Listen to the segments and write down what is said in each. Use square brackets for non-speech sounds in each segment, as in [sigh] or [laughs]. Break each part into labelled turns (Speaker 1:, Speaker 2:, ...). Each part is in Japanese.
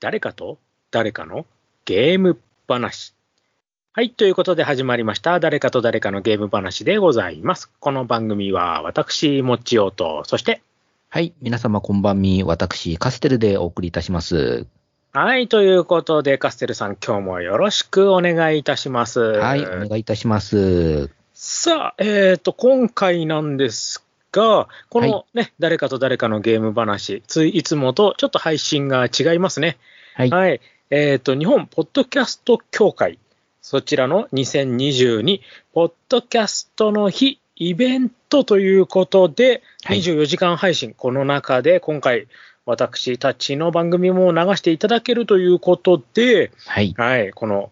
Speaker 1: 誰かと誰かのゲーム話。はい。ということで始まりました。誰かと誰かのゲーム話でございます。この番組は私、もちおと、そして、
Speaker 2: はい。皆様こんばんみ。私、カステルでお送りいたします。
Speaker 1: はい。ということで、カステルさん、今日もよろしくお願いいたします。
Speaker 2: はい。お願いいたします。
Speaker 1: さあ、えっ、と、今回なんですが、こ
Speaker 2: は
Speaker 1: のね、誰かと誰かのゲーム話、ついいつもとちょっと配信が違いますね。
Speaker 2: はい。
Speaker 1: はい。えっ、と、日本ポッドキャスト協会、そちらの2022ポッドキャストの日イベントということで、
Speaker 2: はい
Speaker 1: 24時間配信、この中で今回、私たちの番組も流していただけるということで、
Speaker 2: はい。
Speaker 1: はい、この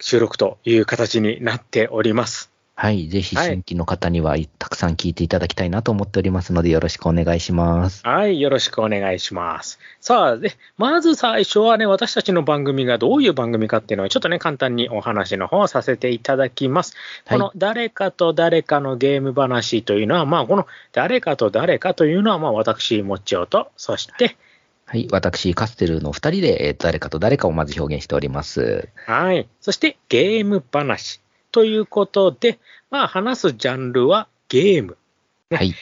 Speaker 1: 収録という形になっております。
Speaker 2: はい。ぜひ、
Speaker 1: はい
Speaker 2: 新規の方にはたくさん聞いていただきたいなと思っておりますので、よろしくお願いします。
Speaker 1: はい、よろしくお願いします。さあ、で、まず最初はね、私たちの番組がどういう番組かっていうのをちょっとね、簡単にお話の方をさせていただきます。
Speaker 2: はい
Speaker 1: この誰かと誰かのゲーム話というのは、まあ、この誰かと誰かというのは、まあ、私、もっちおと、そして、
Speaker 2: はい。私、カステルの二人で、えー誰かと誰かをまず表現しております。
Speaker 1: はい、そしてゲーム話ということで、まあ、話すジャンルはゲーム、
Speaker 2: はい。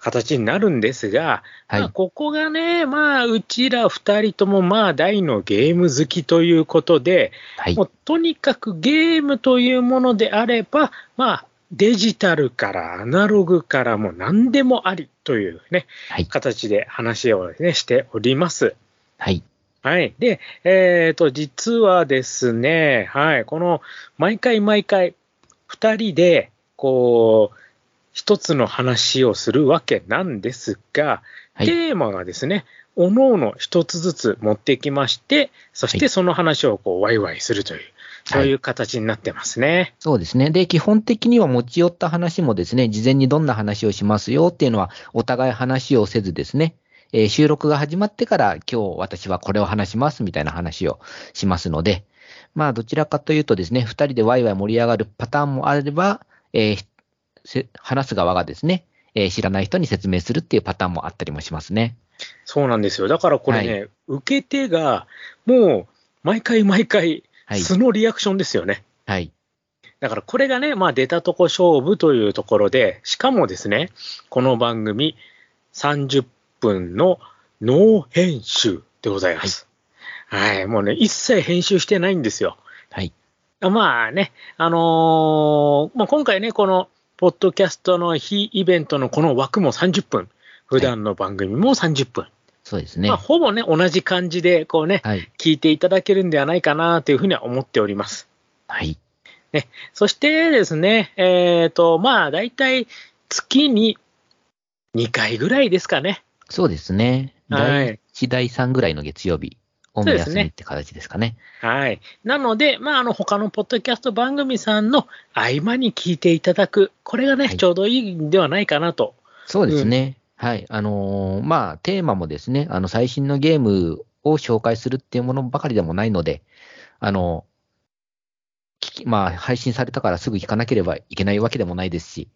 Speaker 1: 形になるんですが、
Speaker 2: はい
Speaker 1: まあ、。ここがね、まあ、うちら二人とも、まあ、大のゲーム好きということで、
Speaker 2: はい
Speaker 1: も。うとにかくゲームというものであれば、まあ、デジタルからアナログからもう何でもありというね、
Speaker 2: はい。
Speaker 1: 形で話を、ね、しております。
Speaker 2: はい。
Speaker 1: はい。で、えっ、と、実はですね、はい、この、毎回毎回、二人で、こう、一つの話をするわけなんですが、
Speaker 2: はい
Speaker 1: テーマがですね、おのおの一つずつ持ってきまして、そし
Speaker 2: は
Speaker 1: てその話をこうワイワイするという、そういう形になってますね。
Speaker 2: そうですね。で、基本的には持ち寄った話もですね、事前にどんな話をしますよっていうのは、お互い話をせずですね、えー収録が始まってから、今日私はこれを話しますみたいな話をしますので、まあ、どちらかというとですね、二人でワイワイ盛り上がるパターンもあれば、えーせ話す側がですね、えー知らない人に説明するっていうパターンもあったりもしますね。
Speaker 1: そうなんですよ。だからこれね、
Speaker 2: は
Speaker 1: 受け手が、もう、毎回毎回、
Speaker 2: はい。
Speaker 1: 素のリアクションですよね。
Speaker 2: はい。
Speaker 1: だからこれがね、まあ出たとこ勝負というところで、しかもですね、この番組30分のノー編集でございます。はい、もうね、一切編集してないんですよ。
Speaker 2: はい。
Speaker 1: まあね、あのーまあ、今回ね、この、ポッドキャストの非イベントのこの枠も30分、普段の番組も30分。
Speaker 2: そうですね。
Speaker 1: まあ、ほぼね、同じ感じで、こうね、
Speaker 2: はい。
Speaker 1: 聞いていただけるんではないかなというふうには思っております。
Speaker 2: はい。
Speaker 1: そしてですね、えっ、と、まあ、だいたい月に2回ぐらいですかね。
Speaker 2: そうですね。
Speaker 1: はい。
Speaker 2: 1第3ぐらいの月曜日を目安にって形ですかね。
Speaker 1: はい。なので、まあ、あの、他のポッドキャスト番組さんの合間に聞いていただく。これがね、
Speaker 2: はい
Speaker 1: ちょうどいいんではないかなと。
Speaker 2: そうですね。はい。あのーまあ、テーマもですね、あの、最新のゲームを紹介するっていうものばかりでもないので、あの聞き、まあ、配信されたからすぐ聞かなければいけないわけでもないですし、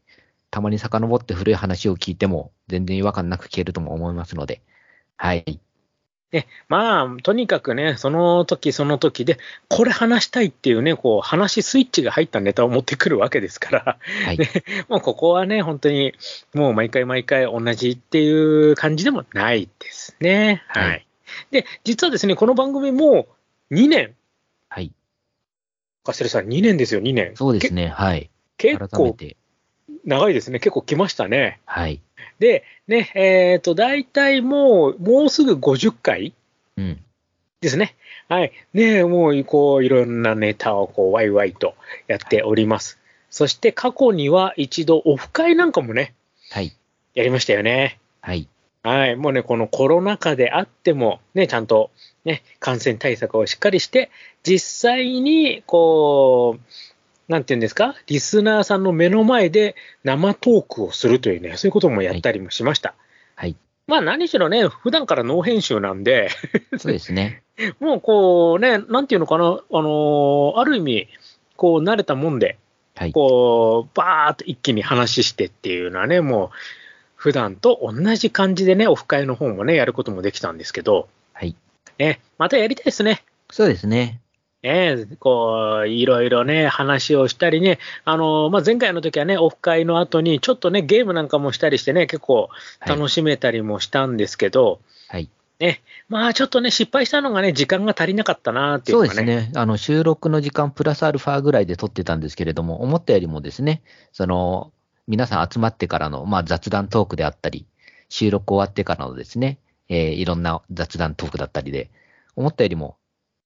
Speaker 2: たまに遡って古い話を聞いても全然違和感なく聞けるとも思いますので、はい。
Speaker 1: まあ、とにかくね、その時その時で、これ話したいっていうね、こう、話スイッチが入ったネタを持ってくるわけですから。
Speaker 2: はい。
Speaker 1: もうここはね、本当に、もう毎回毎回同じっていう感じでもないですね。はい。
Speaker 2: はい
Speaker 1: で、実はですね、この番組もう2年、
Speaker 2: はい。
Speaker 1: カステルさん2年ですよ、2年。
Speaker 2: そうですね。はい。
Speaker 1: け
Speaker 2: 改
Speaker 1: 結
Speaker 2: め
Speaker 1: 構
Speaker 2: て。
Speaker 1: 長いですね、結構来ましたね。
Speaker 2: はい。
Speaker 1: で、ね、えっ、と、大体もう、もうすぐ50回
Speaker 2: うん。
Speaker 1: ですね。はい。ねもう、こう、いろんなネタを、こう、ワイワイとやっております。そして、過去には一度、オフ会なんかもね、
Speaker 2: はい。
Speaker 1: やりましたよね。
Speaker 2: はい。
Speaker 1: はい、もうね、このコロナ禍であっても、ね、ちゃんと、ね、感染対策をしっかりして、実際に、こう、なんていうんですか、リスナーさんの目の前で生トークをするというね、そういうこともやったりもしました。
Speaker 2: はい。
Speaker 1: まあ何しろね、普段からノー編集なんで、
Speaker 2: そうですね。
Speaker 1: もうこうね、なんていうのかな、あのーある意味、こう慣れたもんで、
Speaker 2: はい。
Speaker 1: こう、バーっと一気に話してっていうのはね、もう、普段と同じ感じでね、オフ会の方もね、やることもできたんですけど、
Speaker 2: はい。
Speaker 1: ね、またやりたいですね。
Speaker 2: そうですね。
Speaker 1: ね、こう、いろいろね、話をしたりね、あの、まあ、前回の時はね、オフ会の後に、ちょっとね、ゲームなんかもしたりしてね、結構
Speaker 2: はい
Speaker 1: 楽しめたりもしたんですけど、
Speaker 2: はい。
Speaker 1: ね、まあ、ちょっとね、失敗したのがね、時間が足りなかったなっていう
Speaker 2: そう
Speaker 1: の
Speaker 2: で
Speaker 1: が
Speaker 2: す
Speaker 1: ね。
Speaker 2: ね。あの、収録の時間プラスアルファぐらいで撮ってたんですけれども、思ったよりもですね、その、皆さん集まってからの、まあ、雑談トークであったり、収録終わってからのですね、えーいろんな雑談トークだったりで、思ったよりも、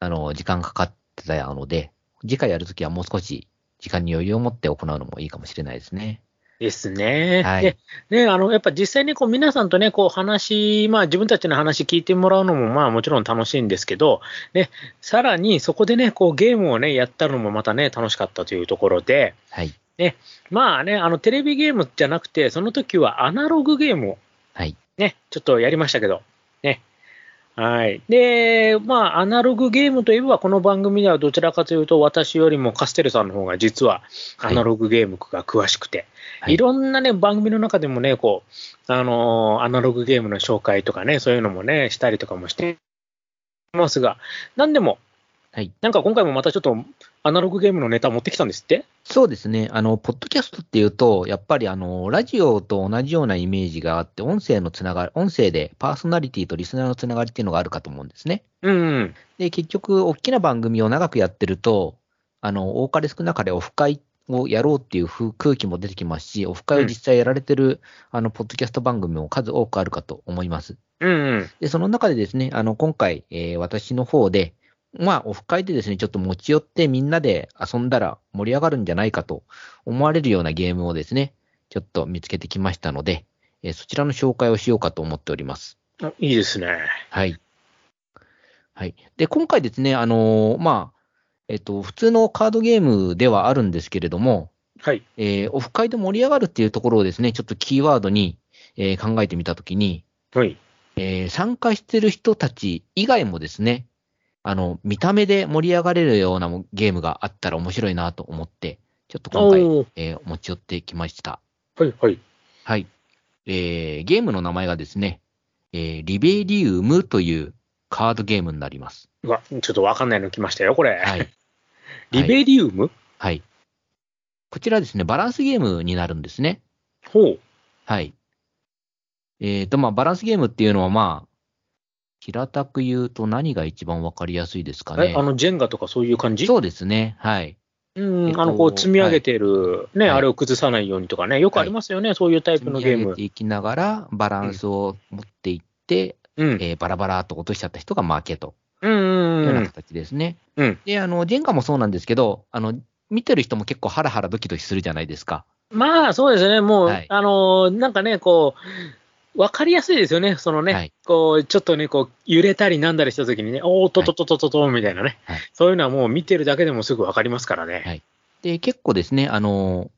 Speaker 2: あの、時間かかってたので、次回やるときはもう少し時間に余裕を持って行うのもいいかもしれないですね。
Speaker 1: ですね。
Speaker 2: はい
Speaker 1: でね、あの、やっぱ実際にこう皆さんとね、こう話、まあ自分たちの話聞いてもらうのもまあもちろん楽しいんですけど、ね、さらにそこでね、こうゲームをね、やったのもまたね、楽しかったというところで、
Speaker 2: はい。
Speaker 1: まあね、あのテレビゲームじゃなくて、その時はアナログゲームを
Speaker 2: はい。
Speaker 1: ね、ちょっとやりましたけど、ね。はい。で、まあ、アナログゲームといえば、この番組ではどちらかというと、私よりもカステルさんの方が実は
Speaker 2: は
Speaker 1: ア
Speaker 2: い
Speaker 1: ナログゲームが詳しくて、
Speaker 2: はい
Speaker 1: い、ろんなね、番組の中でもね、こう、あのーアナログゲームの紹介とかね、そういうのもね、したりとかもしてますが、なんでも、
Speaker 2: はい。
Speaker 1: なんか今回もまたちょっと、アナログゲームのネタ持ってきたんですって
Speaker 2: そうですね。あの、ポッドキャストっていうと、やっぱりあの、ラジオと同じようなイメージがあって、音声のつながり、音声でパーソナリティとリスナーのつながりっていうのがあるかと思うんですね。
Speaker 1: うんうん。
Speaker 2: で、結局、大きな番組を長くやってると、あの、多かれ少なかれオフ会をやろうっていう風空気も出てきますし、オフ会を実際やられてる、あの、ポッドキャスト番組も数多くあるかと思います。
Speaker 1: うんうん。
Speaker 2: で、その中でですね、あの、今回、えー私の方で、まあ、オフ会でですね、ちょっと持ち寄ってみんなで遊んだら盛り上がるんじゃないかと思われるようなゲームをですね、ちょっと見つけてきましたので、えーそちらの紹介をしようかと思っております。
Speaker 1: あいいですね。
Speaker 2: はい。はい。で、今回ですね、あのーまあ、えっ、と、普通のカードゲームではあるんですけれども、
Speaker 1: はい。
Speaker 2: えーオフ会で盛り上がるっていうところをですね、ちょっとキーワードに、えー考えてみたときに、
Speaker 1: はい。
Speaker 2: えー参加してる人たち以外もですね、あの、見た目で盛り上がれるようなもゲームがあったら面白いなと思って、ちょっと今回、
Speaker 1: おー
Speaker 2: えー持ち寄ってきました。
Speaker 1: はい、はい。
Speaker 2: はい。えーゲームの名前がですね、えーリベリウムというカードゲームにな
Speaker 1: [laughs]
Speaker 2: ります。
Speaker 1: うわ、ちょっとわかんないの来ましたよ、これ。
Speaker 2: はい。
Speaker 1: リベリウム、
Speaker 2: はい。こちらですね、バランスゲームになるんですね。
Speaker 1: ほう。
Speaker 2: はい。えっ、と、まあ、バランスゲームっていうのは、まあ、平たく言うと何が一番わかりやすいですかね。
Speaker 1: え、あの、ジェンガとかそういう感じ
Speaker 2: そうですね。はい。
Speaker 1: うん、
Speaker 2: えっと
Speaker 1: あの、こう、積み上げてる、ね、
Speaker 2: はい
Speaker 1: あれを崩さないようにとかね、よくありますよね、そういうタイ
Speaker 2: 積
Speaker 1: プの
Speaker 2: み
Speaker 1: ゲ
Speaker 2: 上
Speaker 1: ー
Speaker 2: げ
Speaker 1: ム
Speaker 2: て。いきながら、バランスを持っていって、
Speaker 1: うん。
Speaker 2: えーバラバラっと落としちゃった人が負けと
Speaker 1: うん
Speaker 2: い
Speaker 1: う
Speaker 2: うようん
Speaker 1: う。
Speaker 2: なん形ですね。
Speaker 1: うん
Speaker 2: で、あの、ジェンガもそうなんですけど、あの、見てる人も結構ハラハラドキドキするじゃないですか。
Speaker 1: まあ、そうですね、もう、
Speaker 2: はい
Speaker 1: あのー、なんかね、こう、わかりやすいですよね、そのね、
Speaker 2: はい
Speaker 1: こう、ちょっとね、こう、揺れたりなんだりした時にね、おー、とととととと、みたいなね、
Speaker 2: はい
Speaker 1: そういうのはもう見てるだけでもすぐわかりますからね。
Speaker 2: はいで、結構ですね、あの、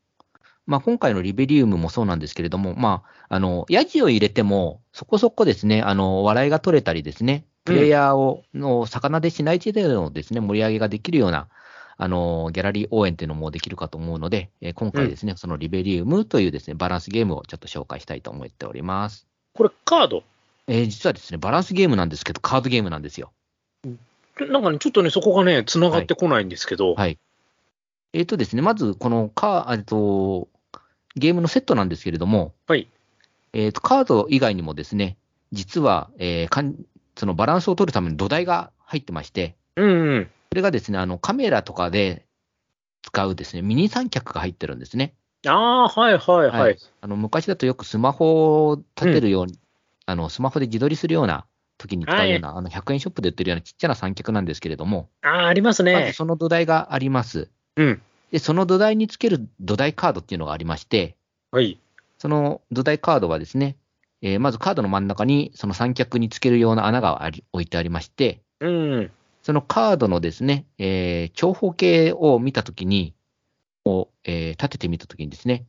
Speaker 2: まあ、今回のリベリウムもそうなんですけれども、まあ、あの、ヤジを入れても、そこそこですね、あの、笑いが取れたりですね、プレイヤーを、の、魚でしない程度のですね、盛り上げができるような、あの、ギャラリー応援っていうのもできるかと思うので、えー今回ですね、そのリベリウムというですね、バランスゲームをちょっと紹介したいと思っております。
Speaker 1: これ、カード。
Speaker 2: えー実はですね、バランスゲームなんですけど、カードゲームなんですよ。
Speaker 1: なんかね、ちょっとね、そこがね、繋がってこないんですけど。
Speaker 2: はい。えっ、とですね、まず、このカー、えっと、ゲームのセットなんですけれども、
Speaker 1: はい。
Speaker 2: えっ、と、カード以外にもですね、実は、えーかん、そのバランスを取るための土台が入ってまして、
Speaker 1: うんうん。
Speaker 2: それがですね、あの、カメラとかで使うですね、ミニ三脚が入ってるんですね。
Speaker 1: ああ、はいはい
Speaker 2: は
Speaker 1: はいい。
Speaker 2: あの、昔だとよくスマホを立てるように、あの、スマホで自撮りするような時に使うような、あの、100円ショップで売ってるようなちっちゃな三脚なんですけれども、
Speaker 1: ああ、あります
Speaker 2: まず
Speaker 1: ね。
Speaker 2: その土台があります。
Speaker 1: うん。
Speaker 2: で、その土台につける土台カードっていうのがありまして、
Speaker 1: はい。
Speaker 2: その土台カードはですね、えーまずカードの真ん中にその三脚につけるような穴があり置いてありまして、
Speaker 1: うん。
Speaker 2: そのカードのですね、えー長方形を見たときに、を、えー立ててみたときにですね、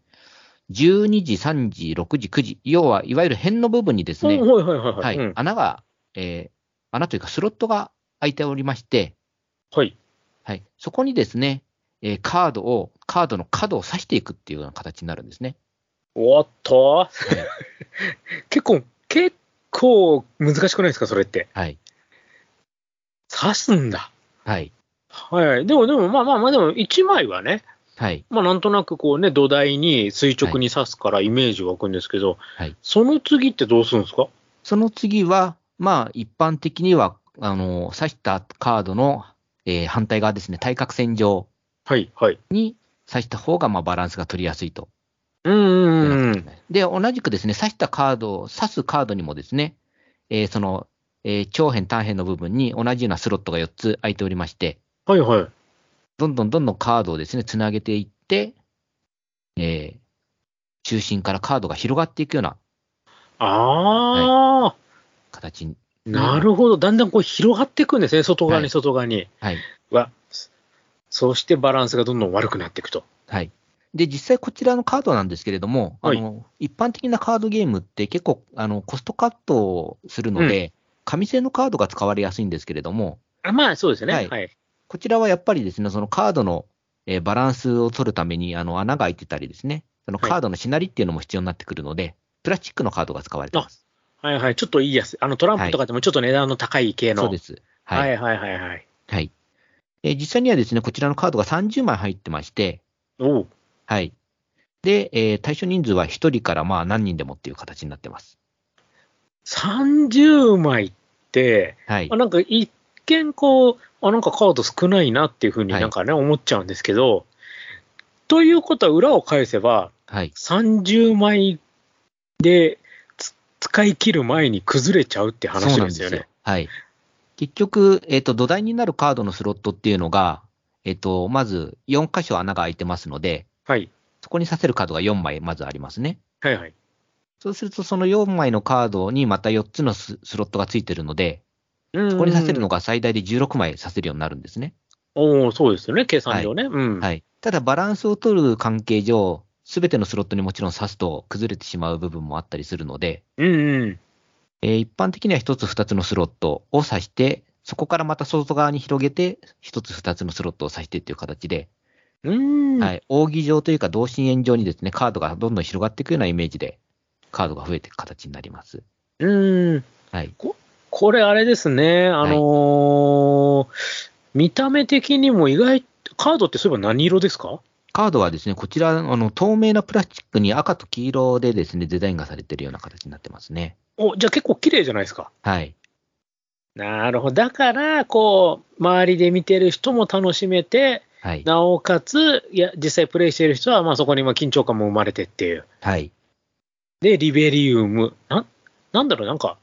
Speaker 2: 12時、3時、6時、9時、要はいわゆる辺の部分にですね、
Speaker 1: うんはいはいはいは。
Speaker 2: はいい、
Speaker 1: うん
Speaker 2: 穴が、えー穴というかスロットが開いておりまして、
Speaker 1: はい。
Speaker 2: はい、そこにですね、えーカードを、カードの角を刺していくっていうような形になるんですね。
Speaker 1: おっと
Speaker 2: はい
Speaker 1: [laughs] 結構、結構難しくないですか、それって。
Speaker 2: はい。
Speaker 1: 刺すんだ。
Speaker 2: はい。
Speaker 1: はい。でも、でも、まあまあまあ、でも、1枚はね、
Speaker 2: はい。
Speaker 1: まあなんとなくこうね、土台に垂直に刺すからイメージ湧くんですけど、
Speaker 2: はい
Speaker 1: その次ってどうするんですか
Speaker 2: その次は、まあ、一般的には、あの、刺したカードの、えー反対側ですね、対角線上
Speaker 1: はい、はい。
Speaker 2: に刺した方が、まあ、バランスが取りやすいと。
Speaker 1: うーん。
Speaker 2: で、同じくですね、刺したカードを、刺すカードにもですね、えーその、えー長辺、短辺の部分に同じようなスロットが4つ空いておりまして、
Speaker 1: はい、はい。
Speaker 2: どんどんどんどんカードをですね、つなげていって、えー中心からカードが広がっていくような
Speaker 1: ああ、
Speaker 2: 形に。
Speaker 1: なるほど。だんだんこう広がっていくんですね、外側
Speaker 2: は
Speaker 1: に
Speaker 2: い
Speaker 1: 外側に。
Speaker 2: はい。
Speaker 1: は、そうしてバランスがどんどん悪くなっていくと。
Speaker 2: はい。で、実際こちらのカードなんですけれども、
Speaker 1: はい
Speaker 2: あの、一般的なカードゲームって結構、あの、コストカットをするので、紙製のカードが使われやすいんですけれども、
Speaker 1: あまあ、そうですね。は。
Speaker 2: はいい
Speaker 1: はい。
Speaker 2: こちらはやっぱりですね、そのカードの、えーバランスを取るために、あの、穴が開いてたりですね、その
Speaker 1: はい
Speaker 2: カードのしなりっていうのも必要になってくるので、プラスチックのカードが使われてます。
Speaker 1: はい、ちょっといいやつ。あの、トランプとかでもちょっと値段の高い系の。
Speaker 2: そうです。
Speaker 1: は
Speaker 2: はい。
Speaker 1: い、はい、はい、はい。
Speaker 2: はい。えー実際にはですね、こちらのカードが30枚入ってまして、
Speaker 1: おう。
Speaker 2: はい。で、えー対象人数は1人からまあ何人でもっていう形になってます。
Speaker 1: 30枚って、
Speaker 2: はい
Speaker 1: あ。なんか一見こう、あ、なんかカード少ないなっていうふうに
Speaker 2: はい
Speaker 1: なんかね、思っちゃうんですけど、ということは裏を返せば、
Speaker 2: はい。
Speaker 1: 30枚でつ使い切る前に崩れちゃうって話ですよね。。
Speaker 2: はい。結局、えっ、と、土台になるカードのスロットっていうのが、えっ、と、まず4箇所穴が開いてますので、
Speaker 1: はい。
Speaker 2: そこに刺せるカードが4枚まずありますね。
Speaker 1: はいはい。
Speaker 2: そうすると、その4枚のカードにまた4つのススロットがついてるので、
Speaker 1: そ
Speaker 2: そこに刺せるのが最大で16枚刺せるようになるんですね。
Speaker 1: おおそうですよね、計算上ね。うん。
Speaker 2: はい。ただ、バランスを取る関係上、すべてのスロットにもちろん刺すと崩れてしまう部分もあったりするので、
Speaker 1: うんうん。
Speaker 2: えー一般的には1つ2つのスロットを刺して、そこからまた外側に広げて、1つ2つのスロットを刺してっていう形で、
Speaker 1: うーん。
Speaker 2: はい、扇状というか同心円状にですね、カードがどんどん広がっていくようなイメージで、カードが増えていく形になります。
Speaker 1: うーん。
Speaker 2: はい。
Speaker 1: これ、あれですね、あのー見た目的にも意外、カードってそういえば何色ですか
Speaker 2: カードはですね、こちら、あの、透明なプラスチックに赤と黄色でですね、デザインがされているような形になってますね。
Speaker 1: お、じゃあ結構綺麗じゃないですか。
Speaker 2: はい。
Speaker 1: なるほど。だから、こう、周りで見てる人も楽しめて、
Speaker 2: はい。
Speaker 1: なおかつ、いや、実際プレイしてる人は、まあそこにまあ緊張感も生まれてっていう。
Speaker 2: はい。
Speaker 1: で、リベリウム。な、なんだろう、なんか、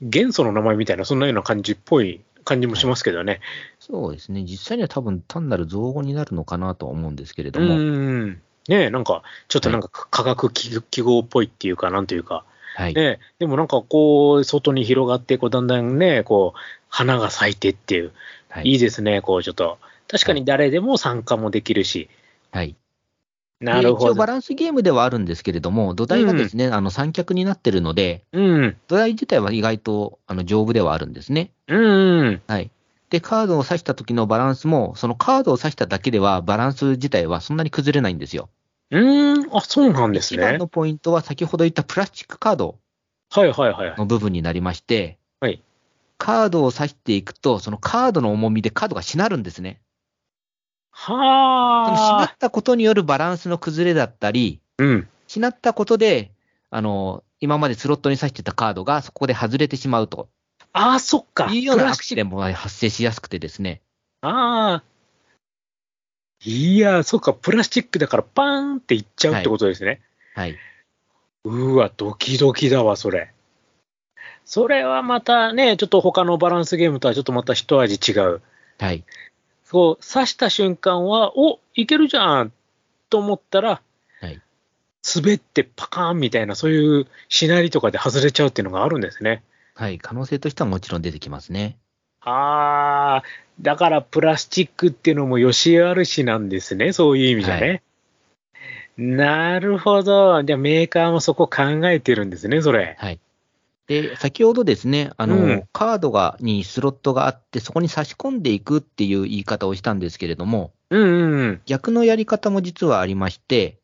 Speaker 1: 元素の名前みたいな、そんなような感じっぽい感じもしますけどね。
Speaker 2: そうですね。実際には多分単なる造語になるのかなとは思うんですけれど
Speaker 1: う
Speaker 2: も、
Speaker 1: ん。ねえ、なんか、ちょっとなんか科学記記号っぽいっていうか、なんというか。
Speaker 2: はい。
Speaker 1: ねえ、でもなんかこう、外に広がって、こう、だんだんね、こう、花が咲いてっていう。
Speaker 2: はい
Speaker 1: い
Speaker 2: い。
Speaker 1: ですね、こう、ちょっと。確かに誰でも参加もできるし。
Speaker 2: はい。
Speaker 1: なる
Speaker 2: で一
Speaker 1: ほ
Speaker 2: 応バ
Speaker 1: ど。
Speaker 2: ランスゲームではあるんですけれども、土台がですね、あの三脚になってるので、
Speaker 1: うん。
Speaker 2: 土台自体は意外とあの丈夫ではあるんですね。
Speaker 1: うん。
Speaker 2: はい。で、カードを刺した時のバランスも、そのカードを刺しただけでは、バランス自体はそんなに崩れないんですよ。
Speaker 1: うん。あ、そうなんです
Speaker 2: 一
Speaker 1: ね
Speaker 2: 番。のポイントは、先ほど言ったプラスチックカード
Speaker 1: はいはいはい。
Speaker 2: の部分になりまして、
Speaker 1: はい
Speaker 2: カードを刺していくと、そのカードの重みでカードがしなるんですね。そのしな
Speaker 1: はあ
Speaker 2: っ。たことによるバランスの崩れだったり、
Speaker 1: うん。
Speaker 2: しなったことで、あの、今までスロットに刺してたカードがそこで外れてしまうと
Speaker 1: ああ、そっか。
Speaker 2: いうよう
Speaker 1: プ
Speaker 2: な
Speaker 1: ラ
Speaker 2: ア
Speaker 1: ス
Speaker 2: ク
Speaker 1: チ
Speaker 2: シ
Speaker 1: ック
Speaker 2: デントも発生しやすくてですね。
Speaker 1: ああ。いやー、そっか。プラスチックだからパーンっていっちゃうってことですね。
Speaker 2: はい。
Speaker 1: うーわ、ドキドキだわ、それ。それはまたね、ちょっと他のバランスゲームとはちょっとまた一味違う。
Speaker 2: はい。
Speaker 1: そう、刺した瞬間は、おいけるじゃんと思ったら、
Speaker 2: はい
Speaker 1: 滑ってパカーンみたいな、そういうしなりとかで外れちゃうっていうのがあるんですね。
Speaker 2: はい。可能性としてはもちろん出てきますね。
Speaker 1: ああ、だからプラスチックっていうのもよしあるしなんですね、そういう意味じゃね。なるほど。じゃあメーカーもそこ考えてるんですね、それ。
Speaker 2: はい。で、先ほどですね、あの、
Speaker 1: うん
Speaker 2: カードが、にスロットがあって、そこに差し込んでいくっていう言い方をしたんですけれども、
Speaker 1: うんうんうん。
Speaker 2: 逆のやり方も実はありまして、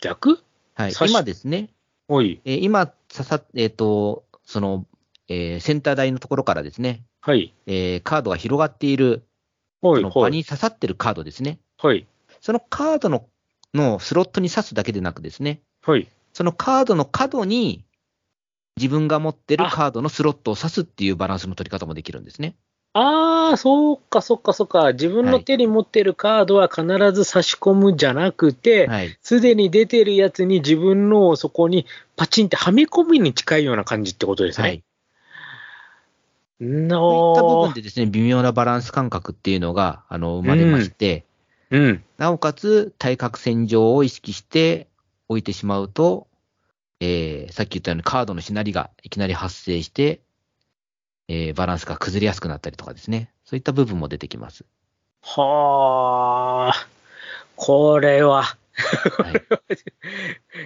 Speaker 1: 逆
Speaker 2: はい
Speaker 1: 差。し
Speaker 2: 今ですね、
Speaker 1: おい。
Speaker 2: えー今、刺さ、えっ、と、その、えーセンター台のところからですね、
Speaker 1: はい。
Speaker 2: えーカードが広がっている、
Speaker 1: は
Speaker 2: そ
Speaker 1: い。
Speaker 2: の場
Speaker 1: はい。
Speaker 2: に刺さってるカードですね。
Speaker 1: はい。
Speaker 2: そのカードの、のスロットに刺すだけでなくですね、
Speaker 1: はい。
Speaker 2: そのカードの角に、自分が持ってるカードのスロットを刺すっていうバランスの取り方もできるんですね。
Speaker 1: ああ、そうか、そうか、そうか。自分の手に持ってるカードは必ず差し込むじゃなくて、
Speaker 2: はい。
Speaker 1: すでに出てるやつに自分のをそこにパチンってはめ込みに近いような感じってことです
Speaker 2: は
Speaker 1: ね。
Speaker 2: い。
Speaker 1: な
Speaker 2: こういった部
Speaker 1: お
Speaker 2: 分でですね、微妙なバランス感覚っていうのが、あの、生まれまして、
Speaker 1: うん。
Speaker 2: なおかつ、対角線上を意識して置いてしまうと、えー、さっき言ったようにカードのしなりがいきなり発生して、えー、バランスが崩れやすくなったりとかですね。そういった部分も出てきます。
Speaker 1: はあ。これは、
Speaker 2: はい。
Speaker 1: [laughs]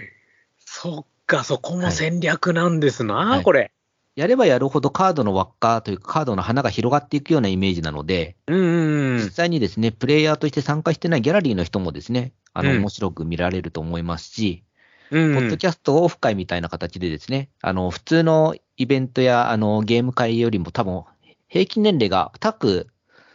Speaker 1: そっか、そこも戦略なんですな、
Speaker 2: はい
Speaker 1: これ。
Speaker 2: やればやるほどカードの輪っかというかカードの花が広がっていくようなイメージなので、
Speaker 1: うんうんうん
Speaker 2: 実。際にですね、プレイヤーとして参加してないギャラリーの人もですね、あの、
Speaker 1: うん
Speaker 2: 面白く見られると思いますし、
Speaker 1: うん
Speaker 2: ポ
Speaker 1: う
Speaker 2: ッド
Speaker 1: ん、
Speaker 2: キャストオフ会みたいな形でですね、あの、普通のイベントや、あの、ゲーム会よりも多分、平均年齢が高く、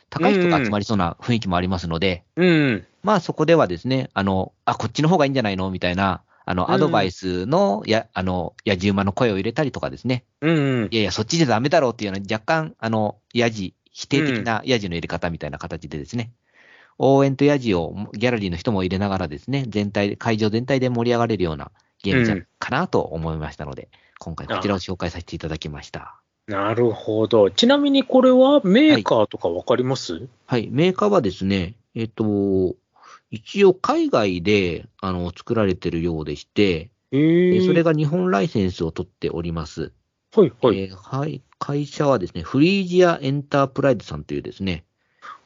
Speaker 2: 高い人が集まりそうな雰囲気もありますので、
Speaker 1: うん。
Speaker 2: まあそこではですね、あの、あ、こっちの方がいいんじゃないのみたいな、あの、アドバイスの、や、あの、やじ馬の声を入れたりとかですね、
Speaker 1: うんうん。
Speaker 2: いやいや、そっちじゃダメだろうっていうような、若干、あの、やじ、否定的なやじの入れ方みたいな形でですね、応援とやじをギャラリーの人も入れながらですね、全体で、会場全体で盛り上がれるようなゲームじゃ
Speaker 1: うん
Speaker 2: かなと思いましたので、今回こちらを紹介させていただきました。
Speaker 1: なるほど。ちなみにこれはメーカーとかわかります、
Speaker 2: はい、メーカーはですね、えっ、と、一応海外で、あの、作られてるようでして、
Speaker 1: えー
Speaker 2: えそれ
Speaker 1: が、
Speaker 2: が日本ライセンスを取っております。
Speaker 1: はいはい。
Speaker 2: えーはい、会社はですね、フリージアエンタープライズさんというですね、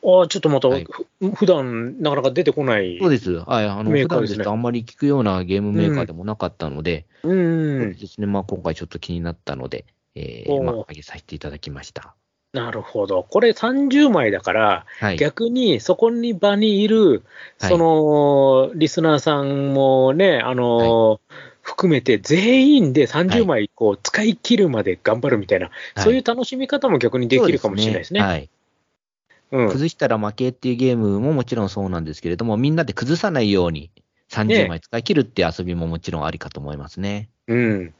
Speaker 1: ああ、ちょっとまた、
Speaker 2: はい
Speaker 1: ふ普段なかなか出てこない。
Speaker 2: そうです。はい。あの、
Speaker 1: メー
Speaker 2: 普
Speaker 1: カー
Speaker 2: 段
Speaker 1: で
Speaker 2: です
Speaker 1: ね
Speaker 2: すとあんまり聞くようなゲームメーカーでもなかったので、
Speaker 1: う。
Speaker 2: そうんですね。まあ、今回ちょっと気になったので、え
Speaker 1: お
Speaker 2: ー、
Speaker 1: ー
Speaker 2: まあ、上げさせていただきました。
Speaker 1: なるほど。これ30枚だから、
Speaker 2: はい。
Speaker 1: 逆にそこに場にいる、
Speaker 2: はい
Speaker 1: その、リスナーさんもね、あの、含めて全員で30枚こう使い切るまで頑張るみたいな、
Speaker 2: はい
Speaker 1: そういう楽しみ方も逆にできるかもしれないですね。
Speaker 2: そうはい。
Speaker 1: うん、
Speaker 2: 崩したら負けっていうゲームももちろんそうなんですけれども、みんなで崩さないように30枚使い切るっていう遊びももちろんありかと思いますね。
Speaker 1: うん。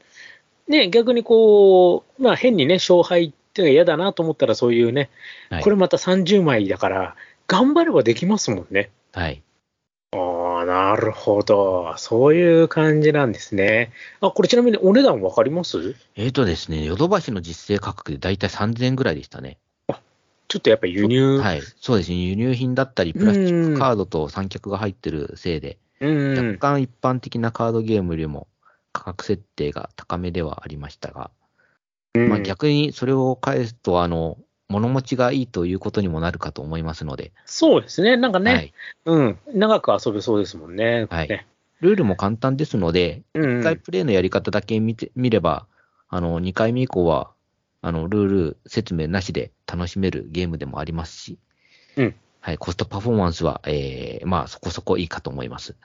Speaker 1: ね、逆にこう、まあ変にね、勝敗っていうのが嫌だなと思ったらそういうね、
Speaker 2: はい。
Speaker 1: これまた30枚だから、頑張ればできますもんね。
Speaker 2: はい。
Speaker 1: ああ、なるほど。そういう感じなんですね。あ、これちなみにお値段わかります
Speaker 2: えーとですね、ヨドバシの実勢価格でだいたい3000円ぐらいでしたね。
Speaker 1: ちょっとやっぱ輸入。
Speaker 2: はい。そうですね。輸入品だったり、プラスチックカードと三脚が入ってるせいで、
Speaker 1: う
Speaker 2: 若
Speaker 1: ん。
Speaker 2: 干一般的なカードゲームよりも価格設定が高めではありましたが、
Speaker 1: うん
Speaker 2: まあ、逆にそれを返すと、あの、物持ちがいいということにもなるかと思いますので、
Speaker 1: そうですね。なんかね、
Speaker 2: はい、
Speaker 1: うん。長く遊べそうですもんね。
Speaker 2: はい
Speaker 1: ね
Speaker 2: ルールも簡単ですので、
Speaker 1: うん
Speaker 2: 1回プレイのやり方だけ見て見れば、あの、2回目以降は、あの、ルール説明なしで楽しめるゲームでもありますし、
Speaker 1: うん
Speaker 2: はい、コストパフォーマンスは、えー、まあ、そこそこいいかと思います。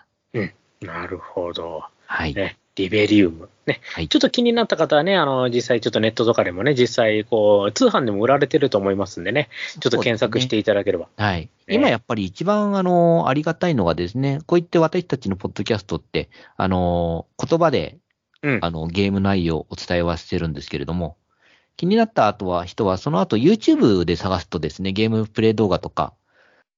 Speaker 1: なるほど。
Speaker 2: はい。
Speaker 1: ね、リベリウム。ね、
Speaker 2: はい
Speaker 1: ちょっと気になった方はね、あの、実際ちょっとネットとかでもね、実際こう、通販でも売られてると思いますんでね、ちょっと検索していただければ。
Speaker 2: はい。
Speaker 1: ね
Speaker 2: 今やっぱり一番、あの、ありがたいのがですね、こういって私たちのポッドキャストって、あの、言葉で、
Speaker 1: うん
Speaker 2: あの、ゲーム内容をお伝えはしてるんですけれども、気になった後は、人はその後 YouTube で探すとですね、ゲームプレイ動画とか、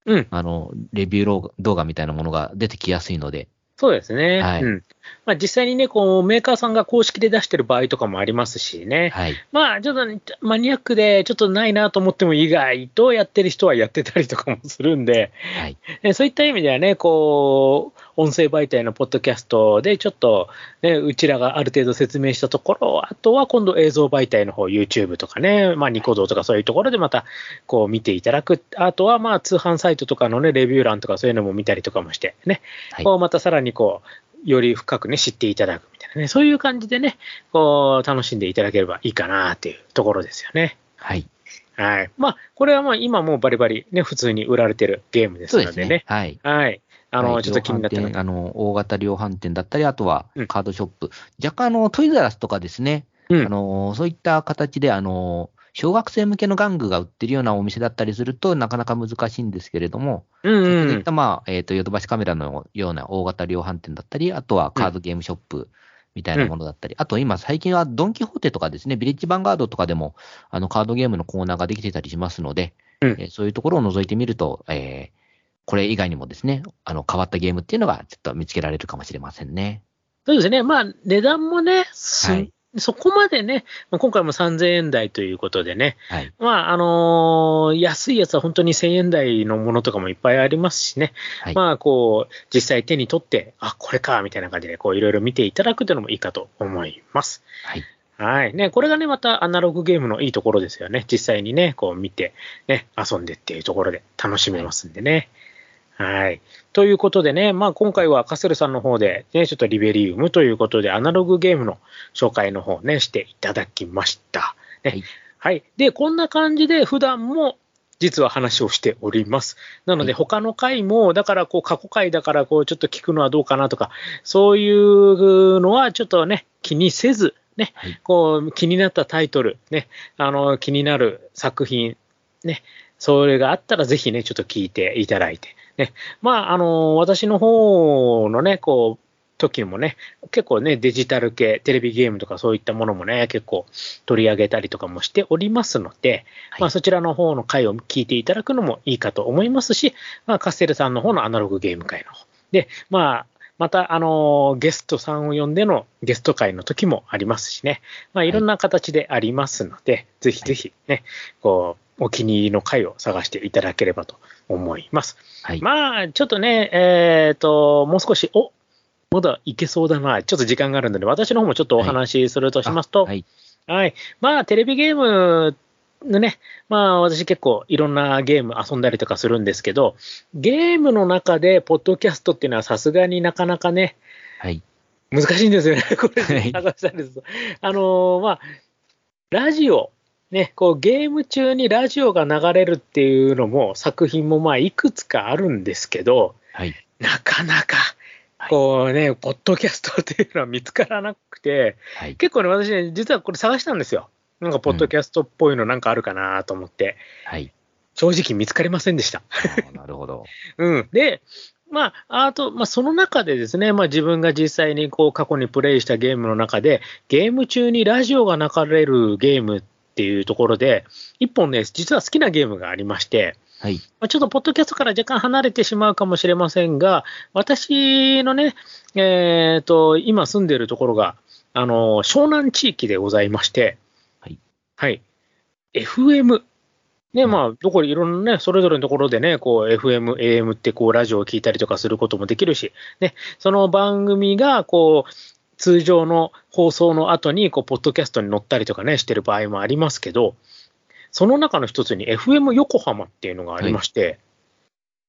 Speaker 1: うん
Speaker 2: あの、レビュー動画動画みたいなものが出てきやすいので、
Speaker 1: そうですね。
Speaker 2: はい
Speaker 1: うん。まあ実際にね、こう、メーカーさんが公式で出してる場合とかもありますしね。
Speaker 2: はい。
Speaker 1: まあちょっとねマニアックで、ちょっとないなと思っても意外とやってる人はやってたりとかもするんで、
Speaker 2: はい。
Speaker 1: えそういった意味ではね、こう、音声媒体のポッドキャストで、ちょっと、ね、うちらがある程度説明したところ、あとは今度映像媒体の方、YouTube とかね、まあ、ニコ動とかそういうところでまた、こう見ていただく。あとは、まあ、通販サイトとかのね、レビュー欄とかそういうのも見たりとかもして、ね、
Speaker 2: はい
Speaker 1: こうまたさらにこう、より深くね、知っていただくみたいなね、そういう感じでね、こう、楽しんでいただければいいかなっていうところですよね。
Speaker 2: はい。
Speaker 1: はい。まあ、これはまあ、今もうバリバリね、普通に売られてるゲームです
Speaker 2: そう
Speaker 1: の
Speaker 2: で
Speaker 1: です
Speaker 2: ね
Speaker 1: ね。
Speaker 2: はい。
Speaker 1: はい。あの、
Speaker 2: はい
Speaker 1: ちょっと気になった
Speaker 2: 量販
Speaker 1: の
Speaker 2: 店あの、大型量販店だったり、あとは
Speaker 1: うん
Speaker 2: カードショップ。若干、あの、トイザラスとかですね、
Speaker 1: うん
Speaker 2: あのーそういった形で、あのー小学生向けの玩具が売ってるようなお店だったりすると、なかなか難しいんですけれども、
Speaker 1: うん
Speaker 2: そううい
Speaker 1: ん
Speaker 2: っ。た、まあ、えっ、と、ヨドバシカメラのような大型量販店だったり、あとはカードゲームショップみたいなものだったり、あと今最近はドンキホーテとかですね、ビレッジヴァンガードとかでも、あの、カードゲームのコーナーができてたりしますので、
Speaker 1: うん
Speaker 2: えーそういうところを覗いてみると、えーこれ以外にもですね、あの、変わったゲームっていうのがちょっと見つけられるかもしれませんね。
Speaker 1: そうですね。まあ、値段もね、す
Speaker 2: はい
Speaker 1: そこまでね、まあ今回も3000円台ということでね、
Speaker 2: はい。
Speaker 1: まあ、あのー安いやつは本当に1000円台のものとかもいっぱいありますしね、
Speaker 2: はい
Speaker 1: まあ、こう、実際手に取って、あ、これか、みたいな感じで、こう、いろいろ見ていただくというのもいいかと思います。
Speaker 2: はい。
Speaker 1: はい。ね、これがね、またアナログゲームのいいところですよね。実際にね、こう見て、ね、遊んでっていうところで楽しめますんでね。はい。ということでね、まあ今回はカセルさんの方で、ね、ちょっとリベリウムということで、アナログゲームの紹介の方ね、していただきました。ね。
Speaker 2: はい
Speaker 1: はい。で、こんな感じで普段も実は話をしております。なので
Speaker 2: はい
Speaker 1: 他の回も、だからこう過去回だからこうちょっと聞くのはどうかなとか、そういうのはちょっとね、気にせず、ね、
Speaker 2: はい
Speaker 1: こう気になったタイトル、ね、あの気になる作品、ね、それがあったらぜひね、ちょっと聞いていただいて、ね、まあ、あの、私の方のね、こう、時もね、結構ね、デジタル系、テレビゲームとかそういったものもね、結構取り上げたりとかもしておりますので、
Speaker 2: はい
Speaker 1: まあそちらの方の回を聞いていただくのもいいかと思いますし、まあカステルさんの方のアナログゲーム会の方。で、まあ、また、あのゲストさんを呼んでのゲスト会の時もありますしね。まあ、いろんな形でありますので、ぜひぜひね、こう、お気に入りの回を探していただければと思います。
Speaker 2: はい。
Speaker 1: まあ、ちょっとね、えっ、と、もう少し、おまだいけそうだな。ちょっと時間があるので、私の方もちょっとお話しするとしますと、
Speaker 2: あはい。
Speaker 1: はい。まあ、テレビゲームのね、まあ、私結構いろんなゲーム遊んだりとかするんですけど、ゲームの中で、ポッドキャストっていうのはさすがになかなかね、
Speaker 2: はい。
Speaker 1: 難しいんです
Speaker 2: [laughs]
Speaker 1: よね、これ、
Speaker 2: はい
Speaker 1: 探したんですと。あのーまあ、ラジオ、ね、こうゲーム中にラジオが流れるっていうのも作品もまあいくつかあるんですけど、
Speaker 2: はい。
Speaker 1: なかなか
Speaker 2: は、い
Speaker 1: こうね、ポッドキャストっていうのは見つからなくて、
Speaker 2: はい。
Speaker 1: 結構ね、私ね、実はこれ探したんですよ。なんか、ポッドキャストっぽいのなんかあるかなと思って、 [laughs]
Speaker 2: はい。
Speaker 1: 正直見つかりませんでした。
Speaker 2: あーなるほど。
Speaker 1: うん。で、まあ、あと、まあ、その中でですね、まあ、自分が実際にこう、過去にプレイしたゲームの中で、ゲーム中にラジオが流れるゲームっていうところで、一本ね、実は好きなゲームがありまして、
Speaker 2: はい。
Speaker 1: まあちょっとポッドキャストから若干離れてしまうかもしれませんが、私のね、えっ、と、今住んでいるところが、あの、湘南地域でございまして、
Speaker 2: はい。
Speaker 1: はい。FM。ね、
Speaker 2: うん
Speaker 1: まあ、どこいろんなね、それぞれのところでね、こう、FM、AM ってこう、ラジオを聞いたりとかすることもできるし、ね、その番組が、こう、通常の放送の後に、こう、ポッドキャストに載ったりとかね、してる場合もありますけど、その中の一つに FM 横浜っていうのがありまして、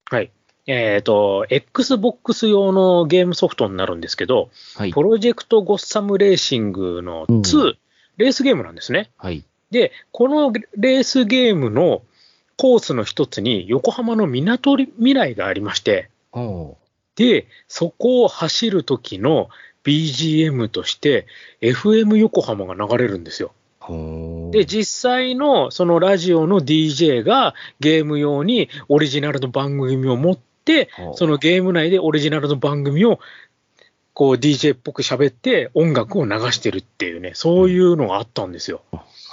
Speaker 1: はい。えっ、と、Xbox 用のゲームソフトになるんですけど、
Speaker 2: はい
Speaker 1: プ。ロジェクトゴッサムレーシングの2、
Speaker 2: う
Speaker 1: レースゲームなんですね。
Speaker 2: はい。
Speaker 1: で、このレースゲームのコースの一つに横浜のみなとみらいがありまして、
Speaker 2: おー
Speaker 1: で、そこを走る時の BGM として FM 横浜が流れるんですよ。
Speaker 2: ほー
Speaker 1: で、実際のそのラジオの DJ がゲーム用にオリジナルの番組を持って、
Speaker 2: ほう
Speaker 1: そのゲーム内でオリジナルの番組をこう DJ っぽく喋って音楽を流してるっていうね、そういうのがあったんですよ。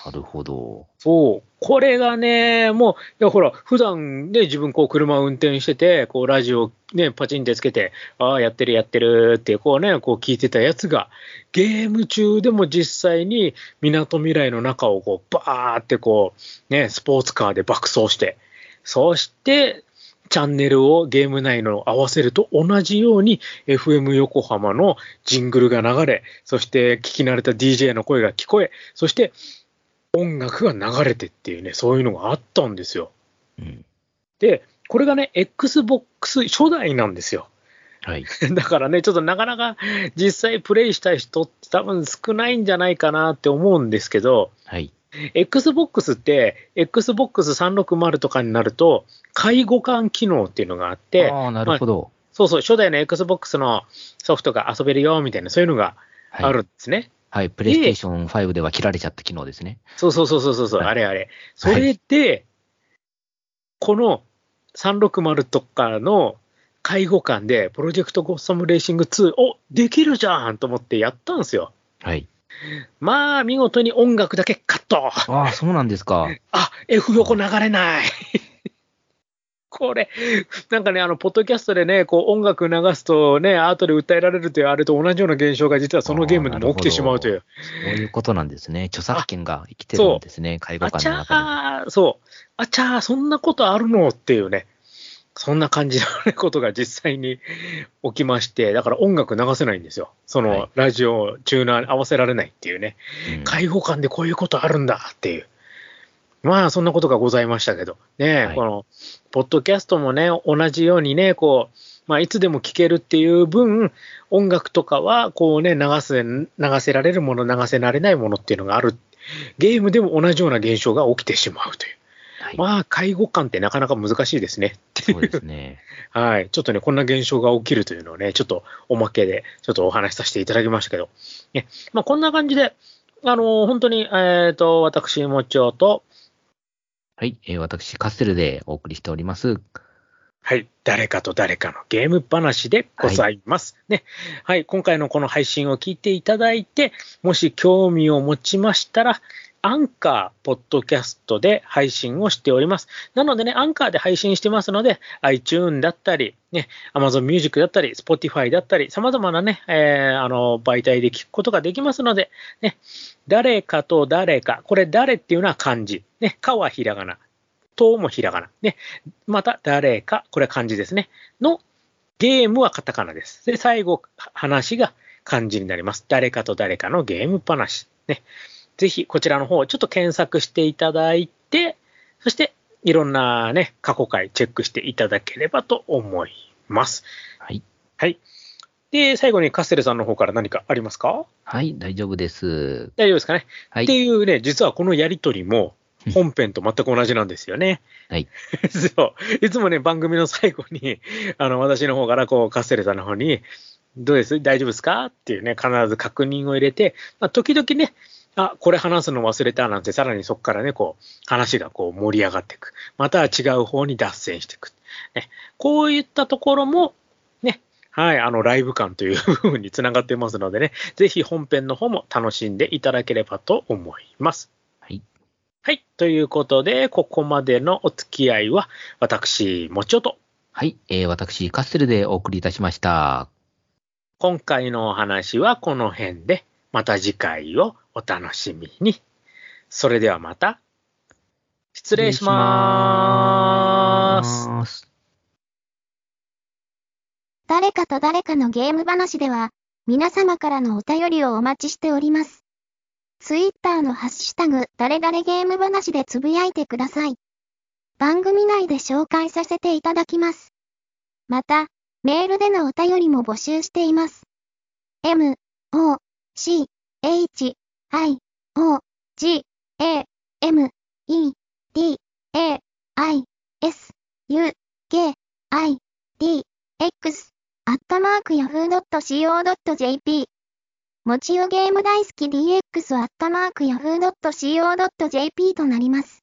Speaker 2: なるほど。
Speaker 1: そう。これがね、もう、いやほら、普段ね、自分こう車を運転してて、こうラジオね、パチンってつけて、ああ、やってるやってるって、こうね、こう聞いてたやつが、ゲーム中でも実際に、港未来の中をこう、バーってこう、ね、スポーツカーで爆走して、そして、チャンネルをゲーム内の合わせると同じように FM 横浜のジングルが流れ、そして聞き慣れた DJ の声が聞こえ、そして音楽が流れてっていうね、そういうのがあったんですよ。
Speaker 2: うん。
Speaker 1: で、これがね、Xbox 初代なんですよ。 [laughs]
Speaker 2: はい。
Speaker 1: だからね、ちょっとなかなか実際プレイした人って多分少ないんじゃないかなって思うんですけど、
Speaker 2: はい。
Speaker 1: Xbox って、Xbox360 とかになると、介護感機能っていうのがあって、
Speaker 2: ああ、なるほど。
Speaker 1: そうそう、初代の Xbox のソフトが遊べるよみたいな、そういうのが
Speaker 2: はい。
Speaker 1: あるんですね。
Speaker 2: はい、プレイステーション5では切られちゃった機能ですね。
Speaker 1: そうそうそうそうそうそう、
Speaker 2: はい
Speaker 1: あれあれ。それで、この360とかの介護官で、プロジェクトゴッサムレーシング2、おできるじゃんと思ってやったんですよ。
Speaker 2: はい。
Speaker 1: まあ、見事に音楽だけカット。
Speaker 2: ああ、そうなんですか。
Speaker 1: あ F 横流れない。 [laughs] これ、なんかね、あの、ポッドキャストでね、こう音楽流すとね、アートで訴えられるというあれと同じような現象が実はそのゲームでも起きてしまうという。
Speaker 2: そういうことなんですね。著作権が生きてるんですね、介護
Speaker 1: あ
Speaker 2: 官
Speaker 1: ち
Speaker 2: の
Speaker 1: ゃ
Speaker 2: 中
Speaker 1: ー、そう。あちゃー、そんなことあるのっていうね。そんな感じのねことが実際に起きまして、だから音楽流せないんですよ。そ
Speaker 2: はい
Speaker 1: のラジオ、チューナー合わせられないっていうね。
Speaker 2: で。うん
Speaker 1: 解放感でこういうことあるんだっていう。まあ、そんなことがございましたけど。ね、
Speaker 2: はい
Speaker 1: この、ポッドキャストもね、同じようにね、こう、まあ、いつでも聴けるっていう分、音楽とかは、こうね、流せ、流せられるもの、流せられないものっていうのがある。ゲームでも同じような現象が起きてしまうという。
Speaker 2: はい
Speaker 1: まあ、介護感ってなかなか難しいですね。
Speaker 2: そうですね。
Speaker 1: はい。ちょっとね、こんな現象が起きるというのをね、ちょっとおまけで、ちょっとお話しさせていただきましたけど、ね、まあ、こんな感じで、あのー本当に、えっ、と、私、もちおと、
Speaker 2: はい、えー私、カステルでお送りしております。
Speaker 1: はい。誰かと誰かのゲーム話でございます。ね。はい。今回のこの配信を聞いていただいて、もし興味を持ちましたら、アンカー、ポッドキャストで配信をしております。なのでね、アンカーで配信してますので、iTune だったり、ね、Amazon Music だったり、Spotify だったり、様々なね、えーあの、媒体で聞くことができますので、ね、誰かと誰か、これ誰っていうのは漢字、ね、かはひらがな、ともひらがな、ね、また誰か、これは漢字ですね。のゲームはカタカナです。で、最後、は話が漢字になります。誰かと誰かのゲーム話。ね。ぜひ、こちらの方、ちょっと検索していただいて、そして、いろんなね、過去回チェックしていただければと思います。
Speaker 2: はい。
Speaker 1: はい。で、最後にカステルさんの方から何かありますか
Speaker 2: はい、大丈夫です。
Speaker 1: 大丈夫ですかね、
Speaker 2: は
Speaker 1: って
Speaker 2: い。
Speaker 1: いうね、実はこのやりとりも
Speaker 2: うん
Speaker 1: 本編と全く同じなんですよね。
Speaker 2: はい。
Speaker 1: [laughs] そう。いつもね、番組の最後に、あの、私の方から、こう、カステルさんの方に、どうです大丈夫ですかっていうね、必ず確認を入れて、まあ、時々ね、あ、これ話すの忘れたなんて、さらにそこからね、こう、話がこう盛り上がっていく。または違う方に脱線していく。ね、こういったところも、ね、はい、あの、ライブ感という [laughs] 部分につながってますのでね、ぜひ本編の方も楽しんでいただければと思います。
Speaker 2: はい。
Speaker 1: はい。ということで、ここまでのお付き合いは、私、もちおと、
Speaker 2: はい、えー私、カステルでお送りいたしました。
Speaker 1: 今回のお話はこの辺で、また次回をお楽しみに。それではまた、失礼します。
Speaker 2: ます。
Speaker 3: 誰かと誰かのゲーム話では、皆様からのお便りをお待ちしております。ツイッターのハッシュタグ、誰々ゲーム話でつぶやいてください。番組内で紹介させていただきます。また、メールでのお便りも募集しています。m, o, c, h, i, o, g, a, m, e, d, a, i, s, u, k, i, d, x, アットマーク yahoo.co.jp。もちよゲーム大好き dx アットマーク yahoo.co.jp となります。